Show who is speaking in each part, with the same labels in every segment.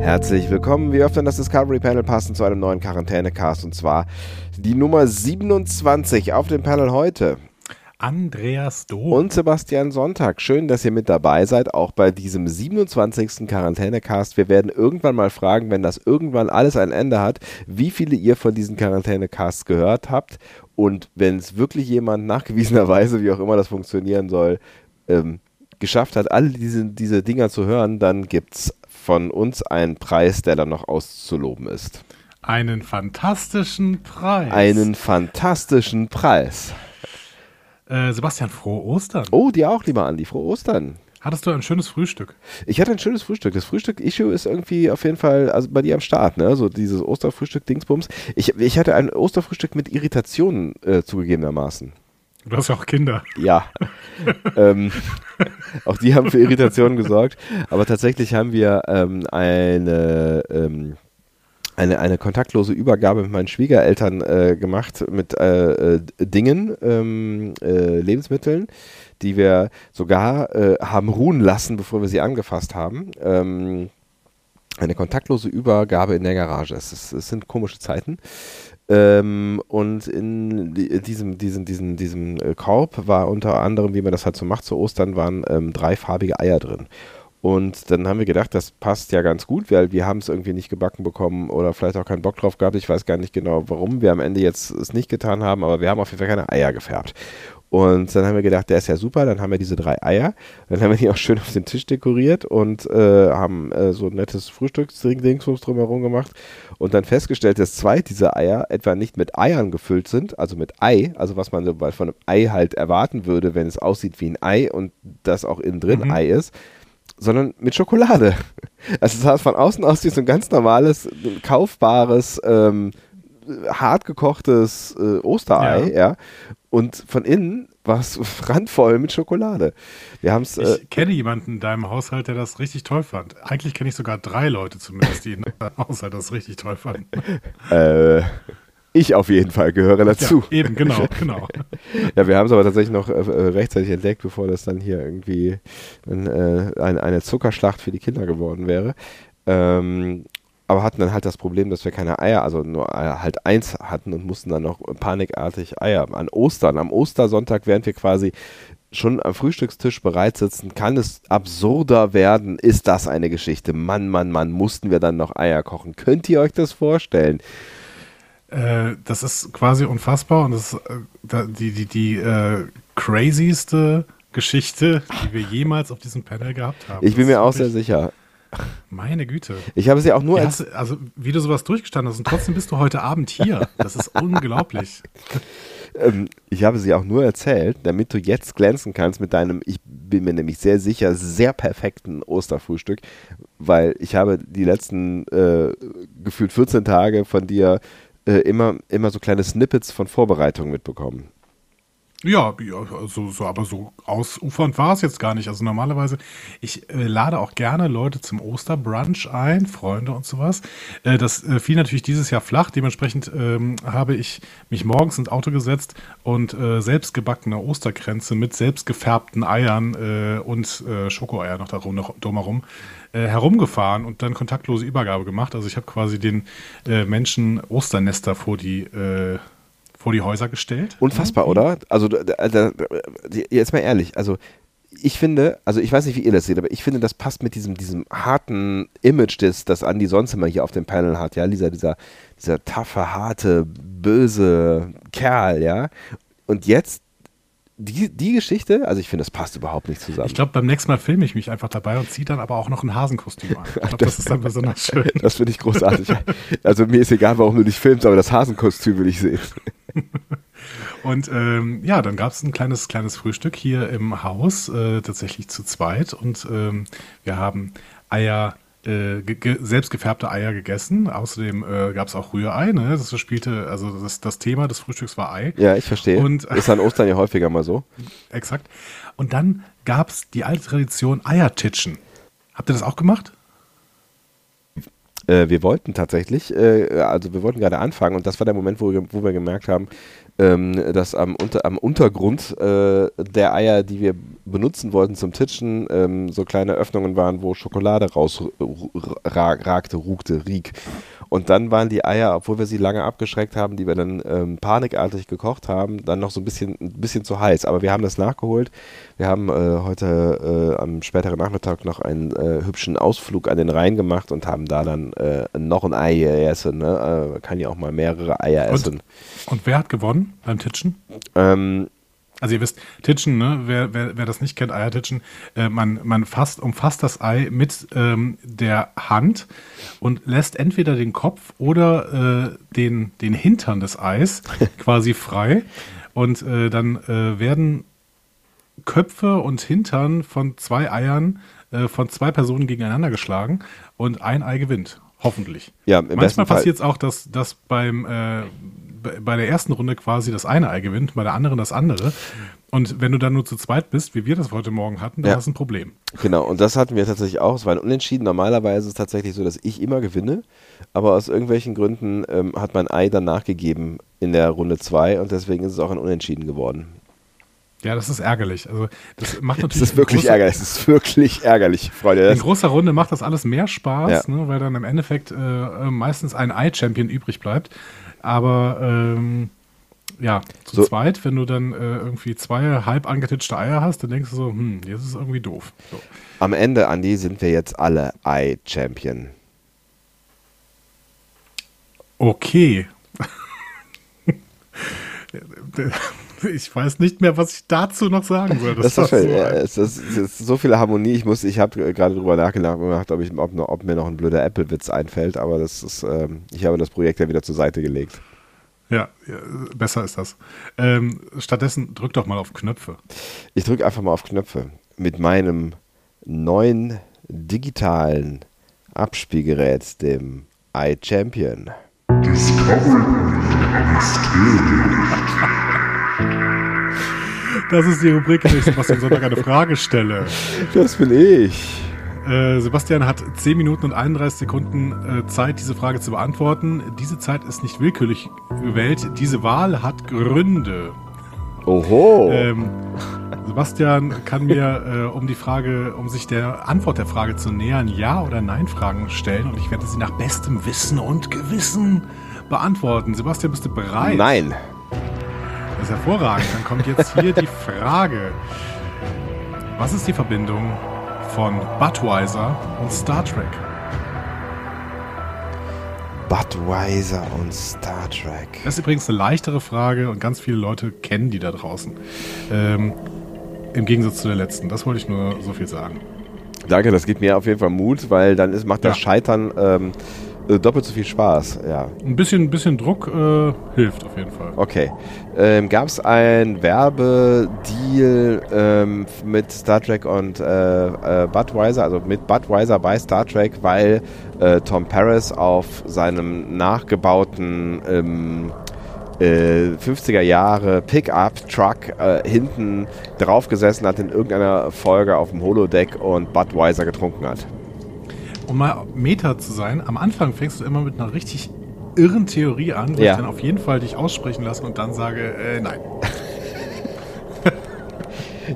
Speaker 1: Herzlich willkommen. Wir öffnen das Discovery Panel passend zu einem neuen Quarantäne-Cast und zwar die Nummer 27 auf dem Panel heute.
Speaker 2: Andreas Dom.
Speaker 1: Und Sebastian Sonntag. Schön, dass ihr mit dabei seid, auch bei diesem 27. Quarantäne-Cast. Wir werden irgendwann mal fragen, wenn das irgendwann alles ein Ende hat, wie viele ihr von diesen Quarantäne-Casts gehört habt. Und wenn es wirklich jemand nachgewiesenerweise, wie auch immer das funktionieren soll, ähm, geschafft hat, alle diese, diese Dinger zu hören, dann gibt's von uns einen Preis, der dann noch auszuloben ist.
Speaker 2: Einen fantastischen Preis.
Speaker 1: Einen fantastischen Preis.
Speaker 2: Äh, Sebastian, frohe Ostern.
Speaker 1: Oh, dir auch, lieber Andi. Frohe Ostern.
Speaker 2: Hattest du ein schönes Frühstück?
Speaker 1: Ich hatte ein schönes Frühstück. Das Frühstück-Issue ist irgendwie auf jeden Fall also bei dir am Start, ne? So dieses Osterfrühstück-Dingsbums. Ich, ich hatte ein Osterfrühstück mit Irritationen äh, zugegebenermaßen.
Speaker 2: Du hast ja auch Kinder.
Speaker 1: Ja. ähm, auch die haben für Irritationen gesorgt. Aber tatsächlich haben wir ähm, eine, ähm, eine, eine kontaktlose Übergabe mit meinen Schwiegereltern äh, gemacht mit äh, äh, Dingen, ähm, äh, Lebensmitteln, die wir sogar äh, haben ruhen lassen, bevor wir sie angefasst haben. Ähm, eine kontaktlose Übergabe in der Garage. Es, ist, es sind komische Zeiten. Ähm, und in di- diesem, diesem, diesem, diesem äh, Korb war unter anderem, wie man das halt so macht, zu Ostern waren ähm, drei farbige Eier drin. Und dann haben wir gedacht, das passt ja ganz gut, weil wir haben es irgendwie nicht gebacken bekommen oder vielleicht auch keinen Bock drauf gehabt. Ich weiß gar nicht genau, warum wir am Ende jetzt es nicht getan haben, aber wir haben auf jeden Fall keine Eier gefärbt. Und dann haben wir gedacht, der ist ja super, dann haben wir diese drei Eier, dann haben wir die auch schön auf den Tisch dekoriert und äh, haben äh, so ein nettes Frühstücksdingsbums drumherum gemacht und dann festgestellt, dass zwei dieser Eier etwa nicht mit Eiern gefüllt sind, also mit Ei, also was man so bei- von einem Ei halt erwarten würde, wenn es aussieht wie ein Ei und das auch innen drin
Speaker 2: Mhm.
Speaker 1: Ei ist, sondern mit Schokolade. Also es sah von außen aus wie so ein ganz normales, kaufbares, ähm, hart gekochtes äh, Osterei, ja. Und von innen war es randvoll mit Schokolade. Wir haben es. Äh,
Speaker 2: Ich kenne jemanden in deinem Haushalt, der das richtig toll fand. Eigentlich kenne ich sogar drei Leute zumindest, die in deinem Haushalt das richtig toll fanden.
Speaker 1: äh, ich auf jeden Fall gehöre dazu.
Speaker 2: Ja, eben, genau, genau.
Speaker 1: Ja, wir haben es aber tatsächlich noch äh, äh, rechtzeitig entdeckt, bevor das dann hier irgendwie ein, äh, ein, eine Zuckerschlacht für die Kinder geworden wäre. Ähm, aber hatten dann halt das Problem, dass wir keine Eier, also nur äh, halt eins hatten und mussten dann noch panikartig Eier an Ostern, am Ostersonntag, während wir quasi schon am Frühstückstisch bereit sitzen, kann es absurder werden, ist das eine Geschichte. Mann, Mann, Mann, mussten wir dann noch Eier kochen. Könnt ihr euch das vorstellen?
Speaker 2: Äh, das ist quasi unfassbar und das ist äh, da- die, die, die äh, crazyste Geschichte, die wir jemals auf diesem Panel gehabt haben.
Speaker 1: Ich bin
Speaker 2: Das ist
Speaker 1: mir auch sehr
Speaker 2: wirklich-
Speaker 1: sicher.
Speaker 2: Meine Güte.
Speaker 1: Ich habe es ja auch nur
Speaker 2: Ja,
Speaker 1: als
Speaker 2: hast, du- also, wie du sowas durchgestanden hast und trotzdem bist du heute Abend hier. Das ist unglaublich.
Speaker 1: Ähm, ich habe sie auch nur erzählt, damit du jetzt glänzen kannst mit deinem, ich bin mir nämlich sehr sicher, sehr perfekten Osterfrühstück, weil ich habe die letzten äh, gefühlt 14 Tage von dir äh, immer, immer so kleine Snippets von Vorbereitungen mitbekommen.
Speaker 2: Ja, ja so, so, aber so ausufernd war es jetzt gar nicht. Also normalerweise, ich äh, lade auch gerne Leute zum Osterbrunch ein, Freunde und sowas. Äh, das äh, fiel natürlich dieses Jahr flach. Dementsprechend ähm, habe ich mich morgens ins Auto gesetzt und äh, selbstgebackene Osterkränze mit selbstgefärbten Eiern äh, und äh, Schokoeier noch darum noch drumherum äh, herumgefahren und dann kontaktlose Übergabe gemacht. Also ich habe quasi den äh, Menschen Osternester vor die äh, vor die Häuser gestellt.
Speaker 1: Unfassbar, oder? Also, da, da, da, jetzt mal ehrlich, also ich finde, also ich weiß nicht, wie ihr das seht, aber ich finde, das passt mit diesem, diesem harten Image, das, das Andi sonst immer hier auf dem Panel hat, ja, dieser, dieser, dieser taffe, harte, böse Kerl, ja. Und jetzt die, die Geschichte, also ich finde, das passt überhaupt nicht zusammen.
Speaker 2: Ich glaube, beim nächsten Mal filme ich mich einfach dabei und ziehe dann aber auch noch ein Hasenkostüm an. Ich glaube, das ist dann besonders schön.
Speaker 1: das finde ich großartig. Also mir ist egal, warum du dich filmst, aber das Hasenkostüm will ich sehen.
Speaker 2: Und ähm, ja, dann gab es ein kleines, kleines Frühstück hier im Haus, äh, tatsächlich zu zweit. Und ähm, wir haben Eier äh, ge ge selbst gefärbte Eier gegessen. Außerdem äh, gab es auch Rührei. Ne? Das spielte, also das, das Thema des Frühstücks war Ei.
Speaker 1: Ja, ich verstehe.
Speaker 2: Und-
Speaker 1: ist an Ostern ja häufiger mal so.
Speaker 2: Exakt. Und dann gab es die alte Tradition Eiertitschen. Habt ihr das auch gemacht?
Speaker 1: Äh, wir wollten tatsächlich, äh, also wir wollten gerade anfangen und das war der Moment, wo wir, wo wir gemerkt haben, ähm, dass am, unter, am Untergrund äh, der Eier, die wir benutzen wollten zum Titschen, ähm, so kleine Öffnungen waren, wo Schokolade rausragte, rugte, riek. Und dann waren die Eier, obwohl wir sie lange abgeschreckt haben, die wir dann ähm, panikartig gekocht haben, dann noch so ein bisschen, ein bisschen zu heiß. Aber wir haben das nachgeholt. Wir haben äh, heute äh, am späteren Nachmittag noch einen äh, hübschen Ausflug an den Rhein gemacht und haben da dann äh, noch ein Ei gegessen. Ne? Äh, man kann ja auch mal mehrere Eier
Speaker 2: Und-
Speaker 1: essen.
Speaker 2: Und wer hat gewonnen beim Titschen?
Speaker 1: Ähm,
Speaker 2: Also ihr wisst, Titschen, ne? wer, wer, wer das nicht kennt, Eiertitschen, äh, man, man fasst, umfasst das Ei mit ähm, der Hand und lässt entweder den Kopf oder äh, den, den Hintern des Eis quasi frei. Und äh, dann äh, werden Köpfe und Hintern von zwei Eiern äh, von zwei Personen gegeneinander geschlagen und ein Ei gewinnt. Hoffentlich.
Speaker 1: Ja, im besten
Speaker 2: Manchmal
Speaker 1: Fall.
Speaker 2: passiert es auch, dass, dass beim, äh, bei- bei der ersten Runde quasi das eine Ei gewinnt, bei der anderen das andere. Und wenn du dann nur zu zweit bist, wie wir das heute Morgen hatten, dann
Speaker 1: Ja.
Speaker 2: hast du ein Problem.
Speaker 1: Genau, und das hatten wir tatsächlich auch. Es war ein Unentschieden. Normalerweise ist es tatsächlich so, dass ich immer gewinne, aber aus irgendwelchen Gründen ähm, hat mein Ei dann nachgegeben in der Runde 2 und deswegen ist es auch ein Unentschieden geworden.
Speaker 2: Ja, das ist ärgerlich. Also das macht natürlich
Speaker 1: Es ist
Speaker 2: in
Speaker 1: wirklich
Speaker 2: großer-
Speaker 1: ärgerlich, es ist wirklich ärgerlich, Freunde.
Speaker 2: In
Speaker 1: Das,
Speaker 2: großer Runde macht das alles mehr Spaß,
Speaker 1: Äh, Ja.
Speaker 2: ne, weil dann im Endeffekt äh, äh, meistens ein Eye-Champion übrig bleibt. Aber ähm, ja, zu
Speaker 1: So.
Speaker 2: zweit, wenn du dann äh, irgendwie zwei halb angetitschte Eier hast, dann denkst du so, hm, jetzt ist es irgendwie doof. So.
Speaker 1: am Ende, Andi, sind wir jetzt alle Ei-Champion.
Speaker 2: Okay. ich weiß nicht mehr, was ich dazu noch sagen soll.
Speaker 1: Das ist,
Speaker 2: war
Speaker 1: so,
Speaker 2: ein-
Speaker 1: es ist, es ist so viel Harmonie. Ich muss, ich habe gerade drüber nachgedacht, ob, ich, ob, noch- ob mir noch ein blöder Apple-Witz einfällt, aber das ist, ähm, ich habe das Projekt ja wieder zur Seite gelegt.
Speaker 2: ja, ja, besser ist das. Ähm, stattdessen drück doch mal auf Knöpfe.
Speaker 1: Ich drücke einfach mal auf Knöpfe mit meinem neuen digitalen Abspielgerät, dem iChampion.
Speaker 2: Das ist die Rubrik, in der ich Sebastian Sonntag eine Frage stelle.
Speaker 1: Das bin ich.
Speaker 2: Äh, Sebastian hat 10 Minuten und 31 Sekunden äh, Zeit, diese Frage zu beantworten. Diese Zeit ist nicht willkürlich gewählt. Diese Wahl hat Gründe.
Speaker 1: Oho.
Speaker 2: Ähm, Sebastian kann mir, äh, um die Frage, um sich der Antwort der Frage zu nähern, Ja- oder Nein-Fragen stellen und ich werde sie nach bestem Wissen und Gewissen beantworten. Sebastian, bist du bereit?
Speaker 1: Nein.
Speaker 2: Das ist hervorragend. Dann kommt jetzt hier die Frage. Was ist die Verbindung von Budweiser und Star Trek?
Speaker 1: Budweiser und Star Trek.
Speaker 2: Das ist übrigens eine leichtere Frage und ganz viele Leute kennen die da draußen. Ähm, Im Gegensatz zu der letzten. Das wollte ich nur so viel sagen.
Speaker 1: Danke, das gibt mir auf jeden Fall Mut, weil dann ist, macht das
Speaker 2: Ja.
Speaker 1: Scheitern ähm, äh, doppelt so viel Spaß. Ja,
Speaker 2: Ein bisschen, ein bisschen Druck äh, hilft auf jeden Fall.
Speaker 1: okay. Ähm, Gab es ein Werbedeal ähm, f- mit Star Trek und äh, äh, Budweiser, also mit Budweiser bei Star Trek, weil äh, Tom Paris auf seinem nachgebauten ähm, äh, 50er Jahre Pickup-Truck äh, hinten draufgesessen hat in irgendeiner Folge auf dem Holodeck und Budweiser getrunken hat.
Speaker 2: Um mal Meta zu sein, am Anfang fängst du immer mit einer richtig irren Theorie an, wo
Speaker 1: Ja.
Speaker 2: ich dann auf jeden Fall dich aussprechen lasse und dann sage, äh, nein.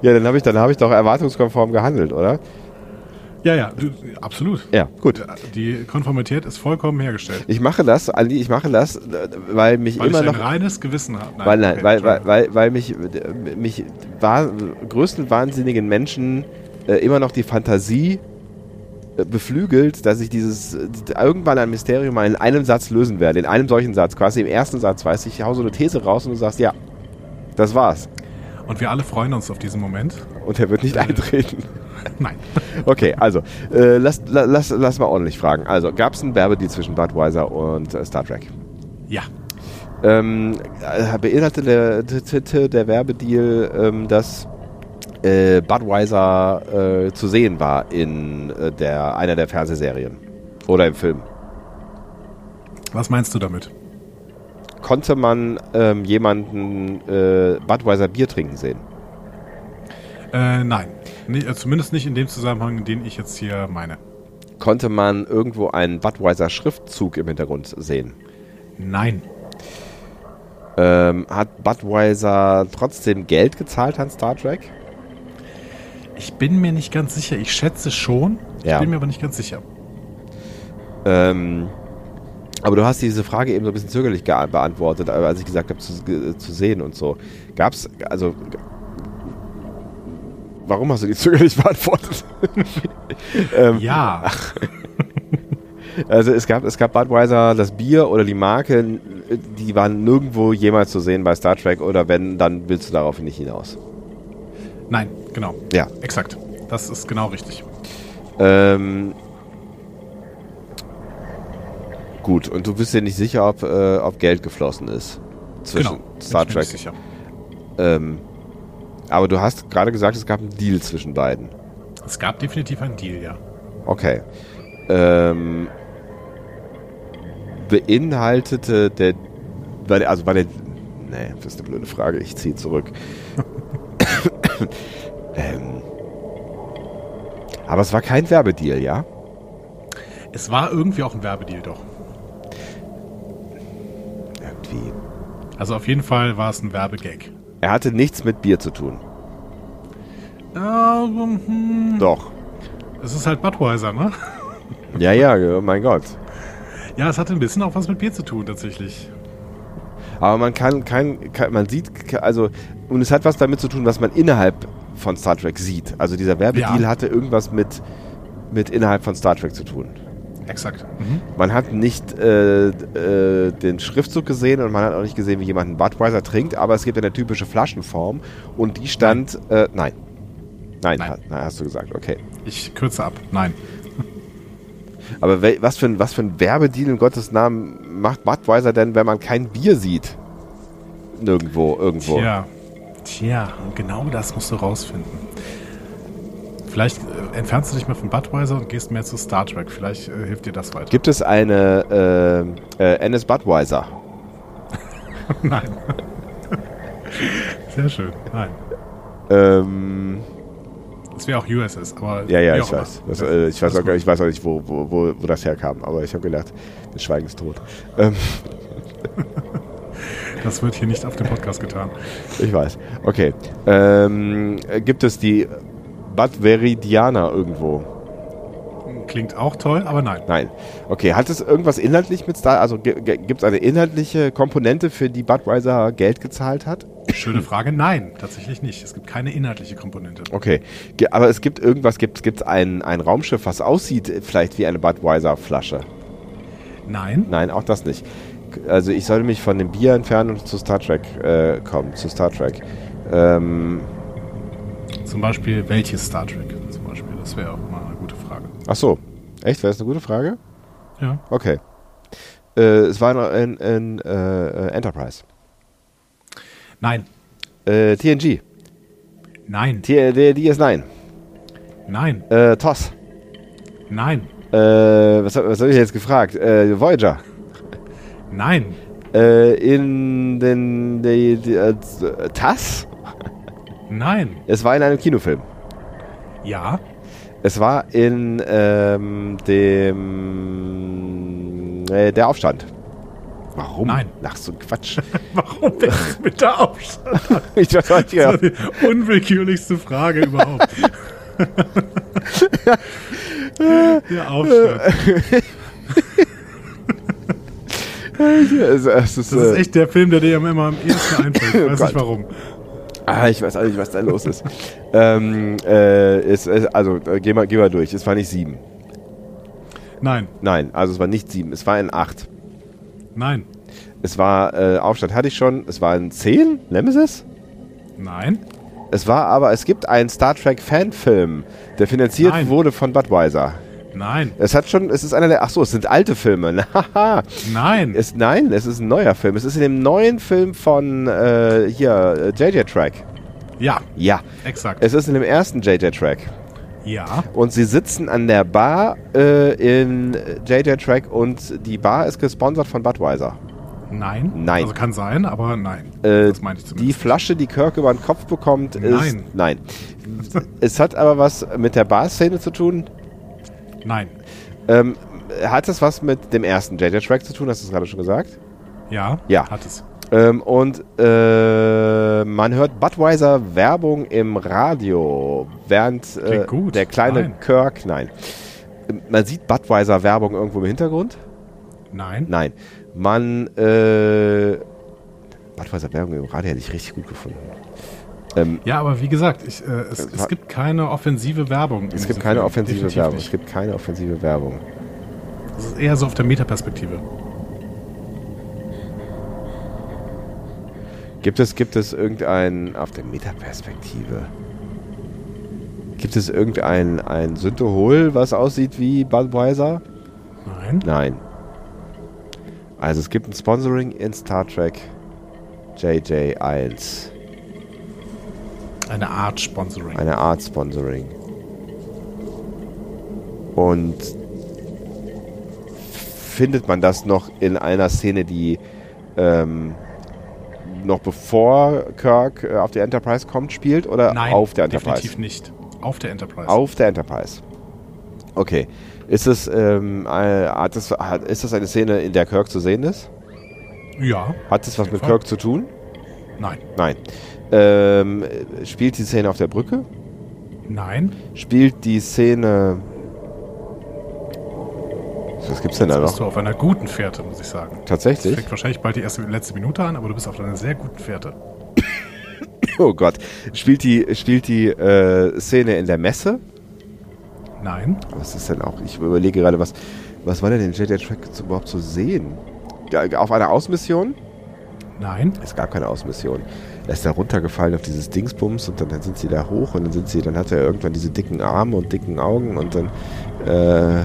Speaker 1: Ja, dann habe ich, dann hab ich doch erwartungskonform gehandelt, oder?
Speaker 2: Ja, ja, du, absolut.
Speaker 1: Ja, gut.
Speaker 2: Die Konformität ist vollkommen hergestellt.
Speaker 1: Ich mache das, Ali, ich mache das, äh, weil mich
Speaker 2: Weil
Speaker 1: immer
Speaker 2: ich ein
Speaker 1: noch.
Speaker 2: reines Gewissen habe.
Speaker 1: Weil, nein,
Speaker 2: okay,
Speaker 1: weil, weil, weil, weil mich, äh, mich wahr, größten wahnsinnigen Menschen äh, immer noch die Fantasie äh, beflügelt, dass ich dieses äh, irgendwann ein Mysterium mal in einem Satz lösen werde, in einem solchen Satz, quasi im ersten Satz, weiß ich, ich hau so eine These raus und du sagst, ja, das war's.
Speaker 2: Und wir alle freuen uns auf diesen Moment.
Speaker 1: Und er wird nicht eintreten.
Speaker 2: Nein.
Speaker 1: Okay, also, äh, lass, la- lass, lass mal ordentlich fragen. Also, gab es einen Werbedeal zwischen Budweiser und äh, Star Trek?
Speaker 2: Ja.
Speaker 1: Ähm, äh, beinhaltete der, der, der Werbedeal, ähm, dass äh, Budweiser äh, zu sehen war in äh, der, einer der Fernsehserien oder im Film.
Speaker 2: Was meinst du damit?
Speaker 1: Konnte man ähm, jemanden äh, Budweiser Bier trinken sehen?
Speaker 2: Äh, nein. Nee, äh, zumindest nicht in dem Zusammenhang, den ich jetzt hier meine.
Speaker 1: Konnte man irgendwo einen Budweiser Schriftzug im Hintergrund sehen?
Speaker 2: Nein.
Speaker 1: Ähm, hat Budweiser trotzdem Geld gezahlt an Star Trek?
Speaker 2: Ich bin mir nicht ganz sicher. Ich schätze schon.
Speaker 1: Ja.
Speaker 2: Ich bin mir aber nicht ganz sicher.
Speaker 1: Ähm, aber du hast diese Frage eben so ein bisschen zögerlich gea- beantwortet, aber als ich gesagt habe, zu, ge- zu sehen und so. Gab's, also. g- Warum hast du die zögerlich beantwortet? ähm,
Speaker 2: Ja.
Speaker 1: Also es gab, es gab Budweiser, das Bier oder die Marke, die waren nirgendwo jemals zu sehen bei Star Trek oder wenn, dann willst du darauf nicht hinaus.
Speaker 2: Nein, genau.
Speaker 1: Ja.
Speaker 2: Exakt. Das ist genau richtig.
Speaker 1: Ähm, gut, und du bist dir nicht sicher, ob, äh, ob Geld geflossen ist zwischen
Speaker 2: genau. Bin
Speaker 1: Star
Speaker 2: ich mir nicht
Speaker 1: Trek.
Speaker 2: Sicher.
Speaker 1: Ähm, aber du hast gerade gesagt, es gab einen Deal zwischen beiden.
Speaker 2: Es gab definitiv einen Deal, ja.
Speaker 1: Okay. Ähm, beinhaltete der, war der, also war der, nee, das ist eine blöde Frage, ich ziehe zurück. ähm, aber es war kein Werbedeal, ja?
Speaker 2: Es war irgendwie auch ein Werbedeal, doch.
Speaker 1: Irgendwie.
Speaker 2: Also auf jeden Fall war es ein Werbegag.
Speaker 1: Er hatte nichts mit Bier zu tun.
Speaker 2: Ähm, hm,
Speaker 1: Doch.
Speaker 2: es ist halt Budweiser, ne?
Speaker 1: Ja, ja, ja, mein Gott.
Speaker 2: Ja, es hatte ein bisschen auch was mit Bier zu tun, tatsächlich.
Speaker 1: Aber man kann kein, kein man sieht, ke- also, und es hat was damit zu tun, was man innerhalb von Star Trek sieht. Also dieser Werbedeal
Speaker 2: Ja.
Speaker 1: hatte irgendwas mit, mit innerhalb von Star Trek zu tun.
Speaker 2: Exakt. Mhm.
Speaker 1: Man hat nicht äh, äh, den Schriftzug gesehen und man hat auch nicht gesehen, wie jemand einen Budweiser trinkt, aber es gibt ja eine typische Flaschenform und die stand. Nein. Äh, nein. Nein,
Speaker 2: Nein.
Speaker 1: ha- nein, hast du gesagt, okay.
Speaker 2: Ich kürze ab. Nein.
Speaker 1: Aber wel, was, für ein, was für ein Werbedeal in Gottes Namen macht Budweiser denn, wenn man kein Bier sieht? Nirgendwo, irgendwo.
Speaker 2: Tja. Tja, und genau das musst du rausfinden. Vielleicht äh, entfernst du dich mal von Budweiser und gehst mehr zu Star Trek. Vielleicht äh, hilft dir das weiter.
Speaker 1: Gibt es eine äh, äh, NS Budweiser?
Speaker 2: Nein. Sehr schön. Nein.
Speaker 1: Ähm,
Speaker 2: Es wäre auch USS, aber.
Speaker 1: ja, ja,
Speaker 2: wie
Speaker 1: ich
Speaker 2: auch
Speaker 1: weiß.
Speaker 2: immer.
Speaker 1: Das, äh, ich, weiß
Speaker 2: Das
Speaker 1: auch,
Speaker 2: ist
Speaker 1: gar-
Speaker 2: gut.
Speaker 1: ich weiß auch nicht, wo, wo, wo, wo das herkam, aber ich habe gedacht, das Schweigen ist tot. Ähm,
Speaker 2: Das wird hier nicht auf dem Podcast getan.
Speaker 1: Ich weiß. Okay. Ähm, äh, gibt es die Badveridianer irgendwo?
Speaker 2: Klingt auch toll, aber nein.
Speaker 1: Nein. Okay. Hat es irgendwas inhaltlich mit Star? Also gibt es eine inhaltliche Komponente, für die Budweiser Geld gezahlt hat?
Speaker 2: Schöne Frage. Nein, tatsächlich nicht. Es gibt keine inhaltliche Komponente.
Speaker 1: Okay. Ge aber es gibt irgendwas. Gibt es ein, ein Raumschiff, was aussieht äh, vielleicht wie eine Budweiser-Flasche?
Speaker 2: Nein.
Speaker 1: Nein, auch das nicht. K- Also ich sollte mich von dem Bier entfernen und zu Star Trek äh, kommen. Zu Star Trek. Ähm,
Speaker 2: Zum Beispiel, welches Star Trek? Zum Beispiel. Das wäre auch mal eine gute Frage.
Speaker 1: ach so. Echt? Wäre das eine gute Frage?
Speaker 2: Ja.
Speaker 1: Okay. Äh, es war noch in, in äh, Enterprise.
Speaker 2: Nein.
Speaker 1: Äh, TNG.
Speaker 2: Nein.
Speaker 1: T äh, D DS9.
Speaker 2: Nein.
Speaker 1: Äh, TOS.
Speaker 2: Nein.
Speaker 1: Äh, was, hab- was habe ich jetzt gefragt? Äh, Voyager.
Speaker 2: Nein.
Speaker 1: Äh, in den. Die, die, äh, TAS?
Speaker 2: Nein.
Speaker 1: Es war in einem Kinofilm.
Speaker 2: Ja.
Speaker 1: Es war in ähm, dem. Äh, der Aufstand. Warum?
Speaker 2: Nein.
Speaker 1: Ach, so ein Quatsch.
Speaker 2: Warum denn mit der Aufstand?
Speaker 1: ich weiß auch nicht,
Speaker 2: Das
Speaker 1: ja.
Speaker 2: war die unwillkürlichste Frage überhaupt. der Aufstand.
Speaker 1: es, es ist,
Speaker 2: Das ist
Speaker 1: äh,
Speaker 2: echt der Film, der dir immer am ehesten einfällt. Ich weiß
Speaker 1: Oh
Speaker 2: nicht warum.
Speaker 1: Ah, ich weiß auch nicht, was da los ist. ähm, äh, es, es, also, äh, geh, mal, geh mal durch. Es war nicht sieben.
Speaker 2: Nein.
Speaker 1: Nein, also es war nicht sieben. Es war ein acht.
Speaker 2: Nein.
Speaker 1: Es war äh, Aufstand hatte ich schon. Es war ein zehn, Nemesis.
Speaker 2: Nein.
Speaker 1: Es war aber, es gibt einen Star Trek Fanfilm, der finanziert
Speaker 2: Nein.
Speaker 1: wurde von Budweiser.
Speaker 2: Nein.
Speaker 1: Es hat schon, es ist einer der, ach so, es sind alte Filme. Haha.
Speaker 2: Nein.
Speaker 1: es, nein, es ist ein neuer Film. Es ist in dem neuen Film von, äh, hier, äh, JJ äh, Track.
Speaker 2: Ja,
Speaker 1: Ja.
Speaker 2: exakt.
Speaker 1: Es ist in dem ersten JJ-Track.
Speaker 2: ja.
Speaker 1: Und sie sitzen an der Bar äh, in JJ-Track und die Bar ist gesponsert von Budweiser.
Speaker 2: Nein.
Speaker 1: Nein.
Speaker 2: Also kann sein, aber nein.
Speaker 1: Äh,
Speaker 2: das meine ich
Speaker 1: die
Speaker 2: zumindest.
Speaker 1: Flasche, die Kirk über den Kopf bekommt, ist.
Speaker 2: Nein.
Speaker 1: Nein. es hat aber was mit der Bar-Szene zu tun.
Speaker 2: nein.
Speaker 1: Ähm, hat es was mit dem ersten JJ-Track zu tun? Hast du es gerade schon gesagt?
Speaker 2: Ja,
Speaker 1: Ja.
Speaker 2: Hat es.
Speaker 1: Ähm, und äh, man hört Budweiser Werbung im Radio, während äh,
Speaker 2: Klingt gut.
Speaker 1: der kleine
Speaker 2: Nein.
Speaker 1: Kirk, nein. Man sieht Budweiser Werbung irgendwo im Hintergrund?
Speaker 2: Nein.
Speaker 1: Nein. Man, äh, Budweiser Werbung im Radio hätte ich richtig gut gefunden.
Speaker 2: Ja, aber wie gesagt, ich, äh, es, es gibt keine offensive Werbung.
Speaker 1: Es gibt keine offensive Werbung. Es gibt keine offensive Werbung.
Speaker 2: Das ist eher so auf der Metaperspektive.
Speaker 1: Gibt es, gibt es irgendein, auf der Metaperspektive, gibt es irgendein ein Synthehol, was aussieht wie Budweiser?
Speaker 2: Nein.
Speaker 1: Nein. Also es gibt ein Sponsoring in Star Trek JJ1.
Speaker 2: Eine Art Sponsoring.
Speaker 1: Eine Art Sponsoring. Und findet man das noch in einer Szene, die ähm, noch bevor Kirk äh, auf die Enterprise kommt, spielt oder
Speaker 2: Nein.
Speaker 1: auf der Enterprise?
Speaker 2: definitiv nicht. Auf der Enterprise.
Speaker 1: Auf der Enterprise. Okay. Ist es, ähm, eine- hat es, hat, ist das eine Szene, in der Kirk zu sehen ist?
Speaker 2: Ja.
Speaker 1: Hat es was
Speaker 2: jeden
Speaker 1: mit
Speaker 2: Fall.
Speaker 1: Kirk zu tun?
Speaker 2: Nein.
Speaker 1: Nein. Ähm, spielt die Szene auf der Brücke?
Speaker 2: Nein.
Speaker 1: Spielt die Szene. Was gibt's denn da
Speaker 2: Jetzt bist
Speaker 1: noch?
Speaker 2: du auf einer guten Fährte, muss ich sagen. Das
Speaker 1: Tatsächlich?
Speaker 2: fängt wahrscheinlich bald die erste, letzte Minute an, aber du bist auf einer sehr guten Fährte.
Speaker 1: Oh Gott. Spielt die, spielt die äh, Szene in der Messe?
Speaker 2: Nein.
Speaker 1: Was ist denn auch? Ich überlege gerade, was, was war denn in JJ Track zu- überhaupt zu sehen? Ja, Auf einer Ausmission?
Speaker 2: Nein.
Speaker 1: Es gab keine Ausmission. Er ist da runtergefallen auf dieses Dingsbums und dann, dann sind sie da hoch und dann sind sie, dann hat er irgendwann diese dicken Arme und dicken Augen und dann äh,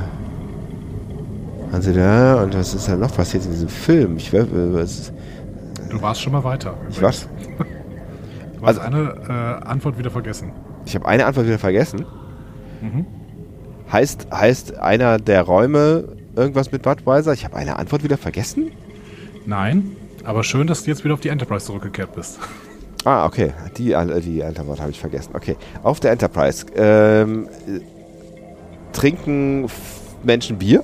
Speaker 1: waren sie da und was ist da noch passiert in diesem Film? Ich, weiß, äh, was,
Speaker 2: Du warst schon mal weiter.
Speaker 1: ich, war's-
Speaker 2: Du hast
Speaker 1: Also-
Speaker 2: eine äh, Antwort wieder vergessen.
Speaker 1: ich habe eine Antwort wieder vergessen. Heißt, heißt einer der Räume irgendwas mit Budweiser? Ich habe eine Antwort wieder vergessen?
Speaker 2: Nein. Aber schön, dass du jetzt wieder auf die Enterprise zurückgekehrt bist.
Speaker 1: Ah, okay. Die, äh, die Antwort habe ich vergessen. Okay. Auf der Enterprise. Ähm, äh, trinken F- Menschen Bier?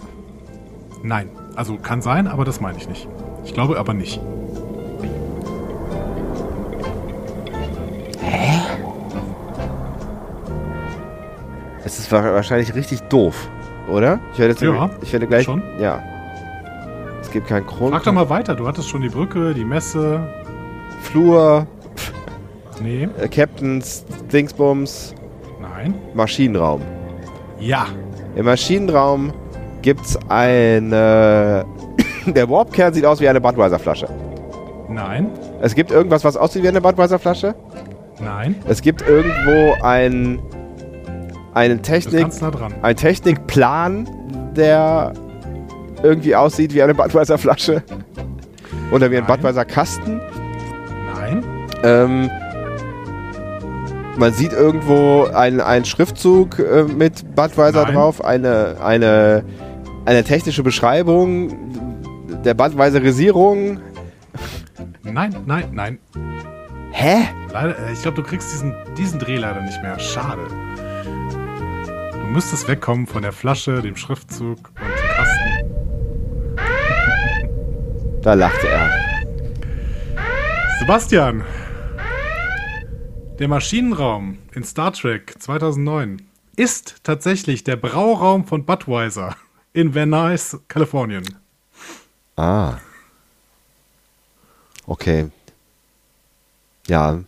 Speaker 2: Nein. Also kann sein, aber das meine ich nicht. Ich glaube aber nicht.
Speaker 1: Es ist wa- wahrscheinlich richtig doof, oder? Ich werde jetzt
Speaker 2: Ja,
Speaker 1: ich werde gleich.
Speaker 2: schon.
Speaker 1: Ja. Es gibt keinen Kron.
Speaker 2: Frag doch mal weiter. Du hattest schon die Brücke, die Messe.
Speaker 1: Flur,
Speaker 2: Nee.
Speaker 1: äh, Captains, Dingsbums,
Speaker 2: Nein.
Speaker 1: Maschinenraum.
Speaker 2: Ja.
Speaker 1: Im Maschinenraum gibt's eine. Der Warpkern sieht aus wie eine Budweiser-Flasche.
Speaker 2: Nein.
Speaker 1: Es gibt irgendwas, was aussieht wie eine Budweiser-Flasche.
Speaker 2: Nein.
Speaker 1: Es gibt irgendwo ein, einen
Speaker 2: Du bist
Speaker 1: Technik,
Speaker 2: ganz nah dran.
Speaker 1: einen Technikplan, der irgendwie aussieht wie eine Budweiser Flasche oder wie ein
Speaker 2: Nein.
Speaker 1: Budweiser Kasten.
Speaker 2: Nein.
Speaker 1: Ähm, man sieht irgendwo einen, einen Schriftzug äh, mit Budweiser
Speaker 2: Nein.
Speaker 1: drauf, eine, eine, eine technische Beschreibung der Budweiserisierung.
Speaker 2: Nein. Nein. Nein.
Speaker 1: Hä?
Speaker 2: Leider, äh, ich glaube, du kriegst diesen, diesen Dreh leider nicht mehr. Schade. Du müsstest wegkommen von der Flasche, dem Schriftzug und dem Kasten.
Speaker 1: Da lachte er.
Speaker 2: Sebastian! Der Maschinenraum in Star Trek 2009 ist tatsächlich der Brauraum von Budweiser in Van Nuys, Kalifornien.
Speaker 1: Ah. Okay. Ja,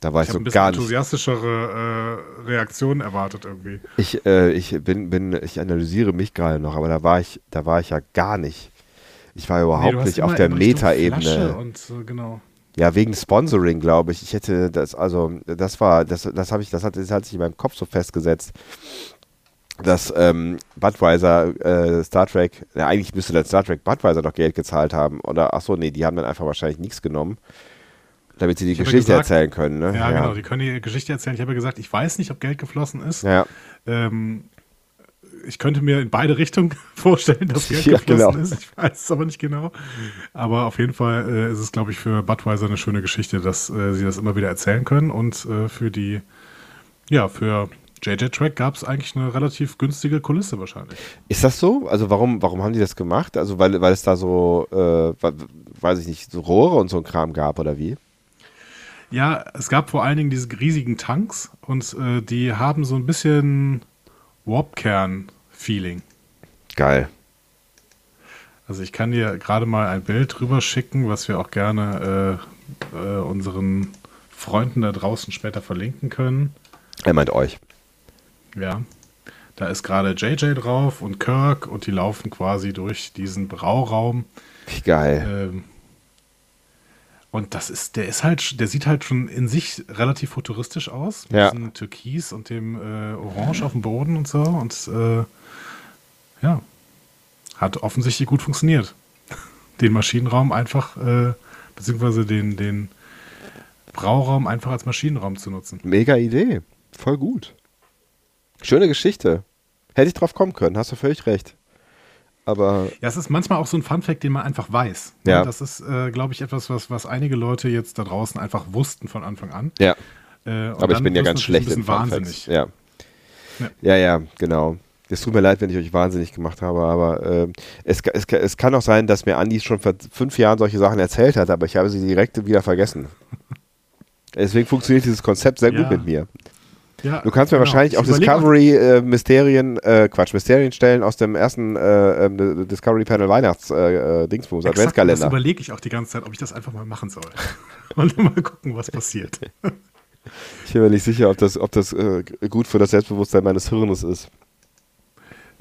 Speaker 1: da war ich,
Speaker 2: Ich habe
Speaker 1: so
Speaker 2: ein bisschen
Speaker 1: gar nicht.
Speaker 2: enthusiastischere äh, Reaktionen erwartet irgendwie.
Speaker 1: Ich, äh, ich bin, bin, ich analysiere mich gerade noch, aber da war ich, da war ich ja gar nicht. Ich war
Speaker 2: Nee,
Speaker 1: überhaupt
Speaker 2: du hast
Speaker 1: nicht auf
Speaker 2: immer
Speaker 1: der
Speaker 2: in Richtung Flasche
Speaker 1: Meta-Ebene.
Speaker 2: Und äh, genau.
Speaker 1: Ja, wegen Sponsoring, glaube ich. Ich hätte das, also, das war, das, das habe ich, das hat, das hat sich in meinem Kopf so festgesetzt, dass ähm, Budweiser, äh, Star Trek, ja, eigentlich müsste dann Star Trek Budweiser doch Geld gezahlt haben. Oder, ach so, nee, die haben dann einfach wahrscheinlich nichts genommen. Damit sie die
Speaker 2: Ich habe
Speaker 1: Geschichte
Speaker 2: gesagt-
Speaker 1: erzählen können, ne?
Speaker 2: Ja, genau, die können die Geschichte erzählen. Ich habe ja gesagt, ich weiß nicht, ob Geld geflossen ist.
Speaker 1: Ja.
Speaker 2: Ähm, ich könnte mir in beide Richtungen vorstellen, dass Geld
Speaker 1: Ja,
Speaker 2: geflossen
Speaker 1: genau.
Speaker 2: ist. Ich weiß es aber nicht genau. Aber auf jeden Fall äh, ist es, glaube ich, für Budweiser eine schöne Geschichte, dass äh, sie das immer wieder erzählen können. Und äh, für die, ja, für JJ Track gab es eigentlich eine relativ günstige Kulisse wahrscheinlich.
Speaker 1: Ist das so? Also warum, warum haben die das gemacht? Also weil, weil es da so, äh, wa- weiß ich nicht, so Rohre und so ein Kram gab oder wie?
Speaker 2: Ja, es gab vor allen Dingen diese riesigen Tanks und äh, die haben so ein bisschen Warpkern-Feeling.
Speaker 1: Geil.
Speaker 2: Also ich kann dir gerade mal ein Bild rüber schicken, was wir auch gerne äh, äh, unseren Freunden da draußen später verlinken können.
Speaker 1: Er meint euch.
Speaker 2: Ja. Da ist gerade JJ drauf und Kirk und die laufen quasi durch diesen Brauraum.
Speaker 1: Wie geil.
Speaker 2: Ähm, und das ist, der ist halt, sch- der sieht halt schon in sich relativ futuristisch aus. Mit
Speaker 1: Ja.
Speaker 2: diesem Türkis und dem äh, Orange auf dem Boden und so. Und äh, ja, hat offensichtlich gut funktioniert. Den Maschinenraum einfach, äh, beziehungsweise den, den Brauraum einfach als Maschinenraum zu nutzen.
Speaker 1: Mega Idee. Voll gut. Schöne Geschichte. Hätte ich drauf kommen können, hast du völlig recht. Aber
Speaker 2: Ja, es ist manchmal auch so ein Funfact, den man einfach weiß.
Speaker 1: Ja.
Speaker 2: Das ist, äh, glaube ich, etwas, was, was einige Leute jetzt da draußen einfach wussten von Anfang an.
Speaker 1: ja,
Speaker 2: Äh, und
Speaker 1: aber ich
Speaker 2: dann
Speaker 1: bin ja ganz
Speaker 2: wird's natürlich
Speaker 1: schlecht
Speaker 2: ein
Speaker 1: im
Speaker 2: bisschen
Speaker 1: Fun Facts.
Speaker 2: wahnsinnig.
Speaker 1: Ja. ja, ja, genau. Es tut mir leid, wenn ich euch wahnsinnig gemacht habe, aber ähm, es, ka- es, ka- es kann auch sein, dass mir Andi schon vor fünf Jahren solche Sachen erzählt hat, aber ich habe sie direkt wieder vergessen. Deswegen funktioniert dieses Konzept sehr
Speaker 2: Ja.
Speaker 1: gut mit mir.
Speaker 2: Ja,
Speaker 1: Du kannst mir
Speaker 2: genau.
Speaker 1: wahrscheinlich
Speaker 2: Ich
Speaker 1: auch
Speaker 2: überleg
Speaker 1: Discovery-Mysterien, äh, Quatsch, Mysterien stellen aus dem ersten äh, ähm, D- Discovery Panel Weihnachts-Dingsbums, äh, Dingsbums,
Speaker 2: exakt, Das
Speaker 1: Adventskalender.
Speaker 2: überlege ich auch die ganze Zeit, ob ich das einfach mal machen soll. Und dann mal gucken, was passiert.
Speaker 1: Ich bin mir nicht sicher, ob das, ob das äh, gut für das Selbstbewusstsein meines Hirnes ist.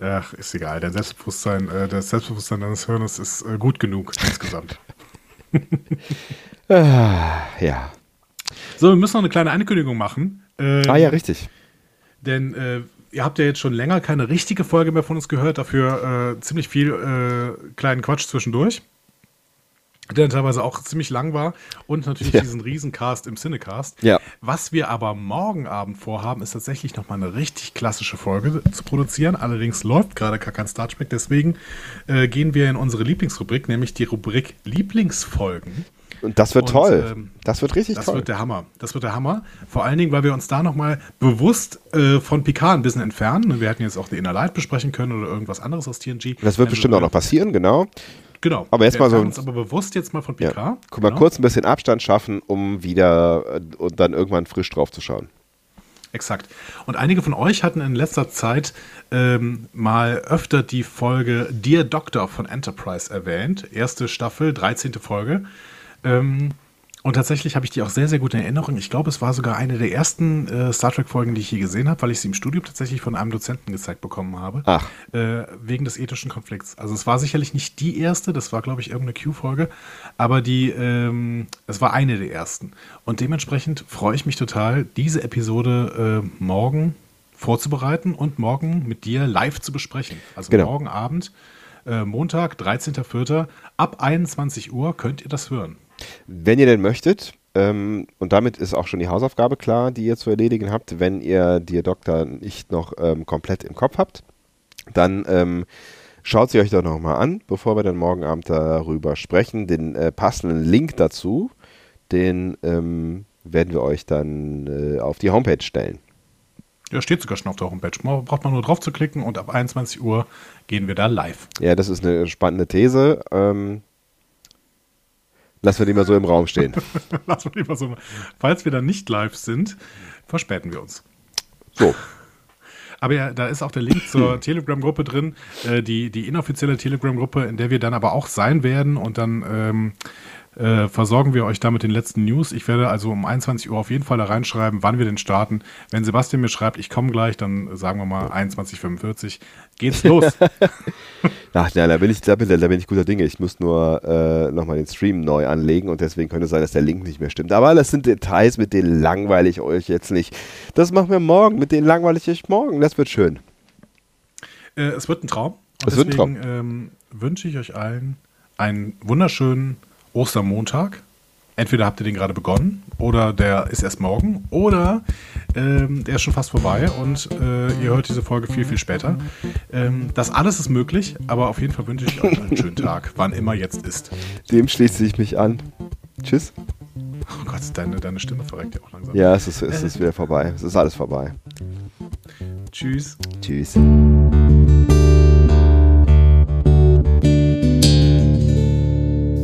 Speaker 2: Ach, ist egal. Dein Selbstbewusstsein, äh, das Selbstbewusstsein deines Hirnes ist äh, gut genug insgesamt.
Speaker 1: Ah, Ja.
Speaker 2: So, wir müssen noch eine kleine Ankündigung machen. Ähm,
Speaker 1: Ah ja, richtig.
Speaker 2: Denn äh, ihr habt ja jetzt schon länger keine richtige Folge mehr von uns gehört, dafür äh, ziemlich viel äh, kleinen Quatsch zwischendurch. Der dann teilweise auch ziemlich lang war und natürlich
Speaker 1: Ja.
Speaker 2: diesen Riesencast im Cinecast.
Speaker 1: Ja.
Speaker 2: Was wir aber morgen Abend vorhaben, ist tatsächlich nochmal eine richtig klassische Folge zu produzieren. Allerdings läuft gerade gar kein Star Trek, deswegen äh, gehen wir in unsere Lieblingsrubrik, nämlich die Rubrik Lieblingsfolgen.
Speaker 1: Und das wird
Speaker 2: Und,
Speaker 1: toll.
Speaker 2: ähm,
Speaker 1: das wird richtig
Speaker 2: Das
Speaker 1: toll.
Speaker 2: wird der Hammer. Das wird der Hammer. Vor allen Dingen, weil wir uns da nochmal bewusst äh, von Picard ein bisschen entfernen. Wir hätten jetzt auch die Inner Light besprechen können oder irgendwas anderes aus TNG.
Speaker 1: das wird bestimmt auch noch passieren, genau.
Speaker 2: Äh, Genau.
Speaker 1: aber jetzt
Speaker 2: wir
Speaker 1: mal so
Speaker 2: entfernen
Speaker 1: ein-
Speaker 2: uns aber bewusst jetzt mal von
Speaker 1: Ja.
Speaker 2: Picard.
Speaker 1: Guck mal,
Speaker 2: Genau.
Speaker 1: kurz ein bisschen Abstand schaffen, um wieder äh, und dann irgendwann frisch drauf zu schauen.
Speaker 2: Exakt. Und einige von euch hatten in letzter Zeit ähm, mal öfter die Folge Dear Doctor von Enterprise erwähnt. Erste Staffel, 13. Folge. Ähm, und tatsächlich habe ich die auch sehr, sehr gut in Erinnerung. Ich glaube, es war sogar eine der ersten äh, Star Trek-Folgen, die ich je gesehen habe, weil ich sie im Studium tatsächlich von einem Dozenten gezeigt bekommen habe.
Speaker 1: Ach.
Speaker 2: Äh, wegen des ethischen Konflikts. Also es war sicherlich nicht die erste, das war, glaube ich, irgendeine Q-Folge, aber die, ähm, es war eine der ersten. Und dementsprechend freue ich mich total, diese Episode äh, morgen vorzubereiten und morgen mit dir live zu besprechen. Also
Speaker 1: Genau.
Speaker 2: morgen Abend, äh, Montag, 13.04. ab 21 Uhr könnt ihr das hören.
Speaker 1: Wenn ihr denn möchtet, ähm, und damit ist auch schon die Hausaufgabe klar, die ihr zu erledigen habt, wenn ihr Dear Doktor nicht noch ähm, komplett im Kopf habt, dann ähm, schaut sie euch doch nochmal an, bevor wir dann morgen Abend darüber sprechen. Den äh, passenden Link dazu, den ähm, werden wir euch dann äh, auf die Homepage stellen.
Speaker 2: Ja, steht sogar schon auf der Homepage. Ma- Braucht man nur drauf zu klicken und ab 21 Uhr gehen wir da live.
Speaker 1: Ja, das ist eine spannende These. Ähm, lassen wir die mal so im Raum stehen.
Speaker 2: Lass mal lieber so. mal- Falls wir dann nicht live sind, verspäten wir uns.
Speaker 1: So.
Speaker 2: Aber ja, da ist auch der Link zur Telegram-Gruppe drin, äh, die, die inoffizielle Telegram-Gruppe, in der wir dann aber auch sein werden und dann ähm, äh, versorgen wir euch da mit den letzten News. Ich werde also um 21 Uhr auf jeden Fall da reinschreiben, wann wir denn starten. Wenn Sebastian mir schreibt, ich komme gleich, dann sagen wir mal 21.45 geht's los.
Speaker 1: Ach nein, da bin ich, da bin, da bin ich guter Dinge. Ich muss nur äh, nochmal den Stream neu anlegen und deswegen könnte es sein, dass der Link nicht mehr stimmt. Aber das sind Details, mit denen langweile ich euch jetzt nicht. Das machen wir morgen, mit denen langweile ich euch morgen. Das wird schön.
Speaker 2: äh, es wird ein Traum. Und
Speaker 1: Es wird ein Traum.
Speaker 2: deswegen, Ähm, wünsche ich euch allen einen wunderschönen Ostermontag Entweder habt ihr den gerade begonnen oder der ist erst morgen oder ähm, der ist schon fast vorbei und äh, ihr hört diese Folge viel, viel später. Ähm, das alles ist möglich, aber auf jeden Fall wünsche ich euch einen schönen Tag, wann immer jetzt ist.
Speaker 1: Dem schließe ich mich an. Tschüss.
Speaker 2: Oh Gott, deine, deine Stimme verreckt ja auch langsam.
Speaker 1: Ja, es ist, es ist wieder vorbei. Es ist alles vorbei.
Speaker 2: Tschüss.
Speaker 1: Tschüss.